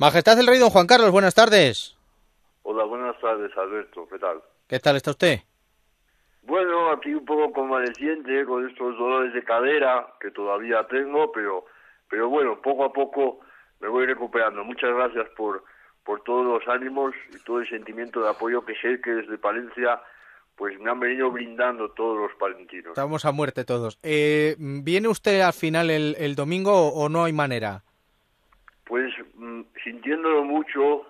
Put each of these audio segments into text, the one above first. Majestad el Rey Don Juan Carlos, buenas tardes. Hola, buenas tardes, Alberto. ¿Qué tal? ¿Qué tal está usted? Bueno, aquí un poco convaleciente eh, con estos dolores de cadera que todavía tengo, pero, pero bueno, poco a poco me voy recuperando. Muchas gracias por, por todos los ánimos y todo el sentimiento de apoyo que sé que desde Palencia pues me han venido brindando todos los palentinos. Estamos a muerte todos. Eh, ¿Viene usted al final el, el domingo o no hay manera? Pues mm, sintiéndolo mucho,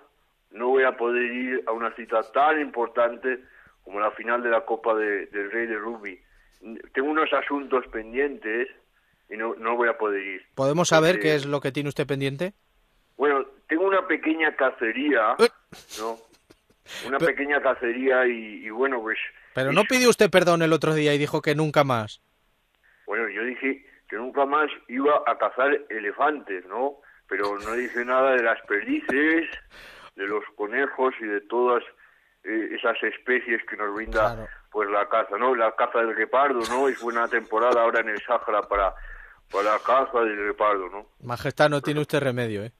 no voy a poder ir a una cita tan importante como la final de la Copa de- del Rey de Rugby. Mm, Tengo unos asuntos pendientes y no, no voy a poder ir. ¿Podemos saber Sí. qué es lo que tiene usted pendiente? Bueno, tengo una pequeña cacería, Eh. ¿no? Una pequeña cacería y, y bueno, pues... Pero es- no pidió usted perdón el otro día y dijo que nunca más. Bueno, yo dije que nunca más iba a cazar elefantes, ¿no? Pero no dije nada de las perdices, de los conejos y de todas eh, esas especies que nos brinda Claro. pues la caza, ¿no? La caza del repardo, ¿no? Es buena temporada ahora en el Sahara para, para la caza del repardo, ¿no? Majestad, no tiene usted remedio, ¿eh?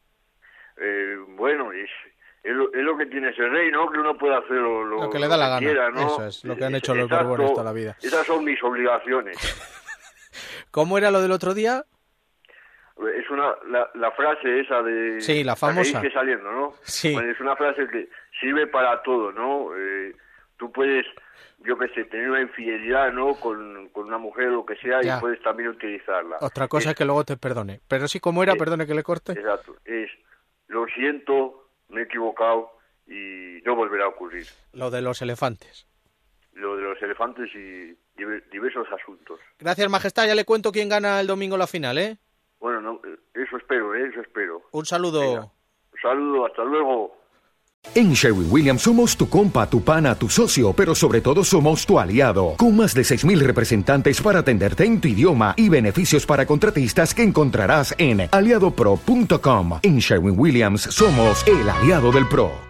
Eh, bueno, es, es, lo, es lo que tiene ese rey, ¿no? Que uno puede hacer lo, lo- Lo que le da la gana, quiera, ¿no? eso es, lo que han Es- hecho los exacto, Borbones toda la vida. Esas son mis obligaciones. ¿Cómo era lo del otro día? Es una, la, la frase esa de... Sí, la que famosa. dice saliendo, ¿no? Sí. Bueno, es una frase que sirve para todo, ¿no? Eh, tú puedes, yo qué sé, tener una infidelidad, ¿no? Con, con una mujer o lo que sea Ya. y puedes también utilizarla. Otra cosa es que luego te perdone. Pero sí, ¿cómo era? Eh, Perdone que le corte. Exacto. Es, lo siento, me he equivocado y no volverá a ocurrir. Lo de los elefantes. Lo de los elefantes y diver- diversos asuntos. Gracias, Majestad. Ya le cuento quién gana el domingo la final, ¿eh? Bueno, no, eh, eso espero, ¿eh? Eso espero. Un saludo. Venga. Saludo, hasta luego. En Sherwin Williams somos tu compa, tu pana, tu socio, pero sobre todo somos tu aliado, con más de 6.000 representantes para atenderte en tu idioma y beneficios para contratistas que encontrarás en aliadopro.com. En Sherwin Williams somos el aliado del PRO.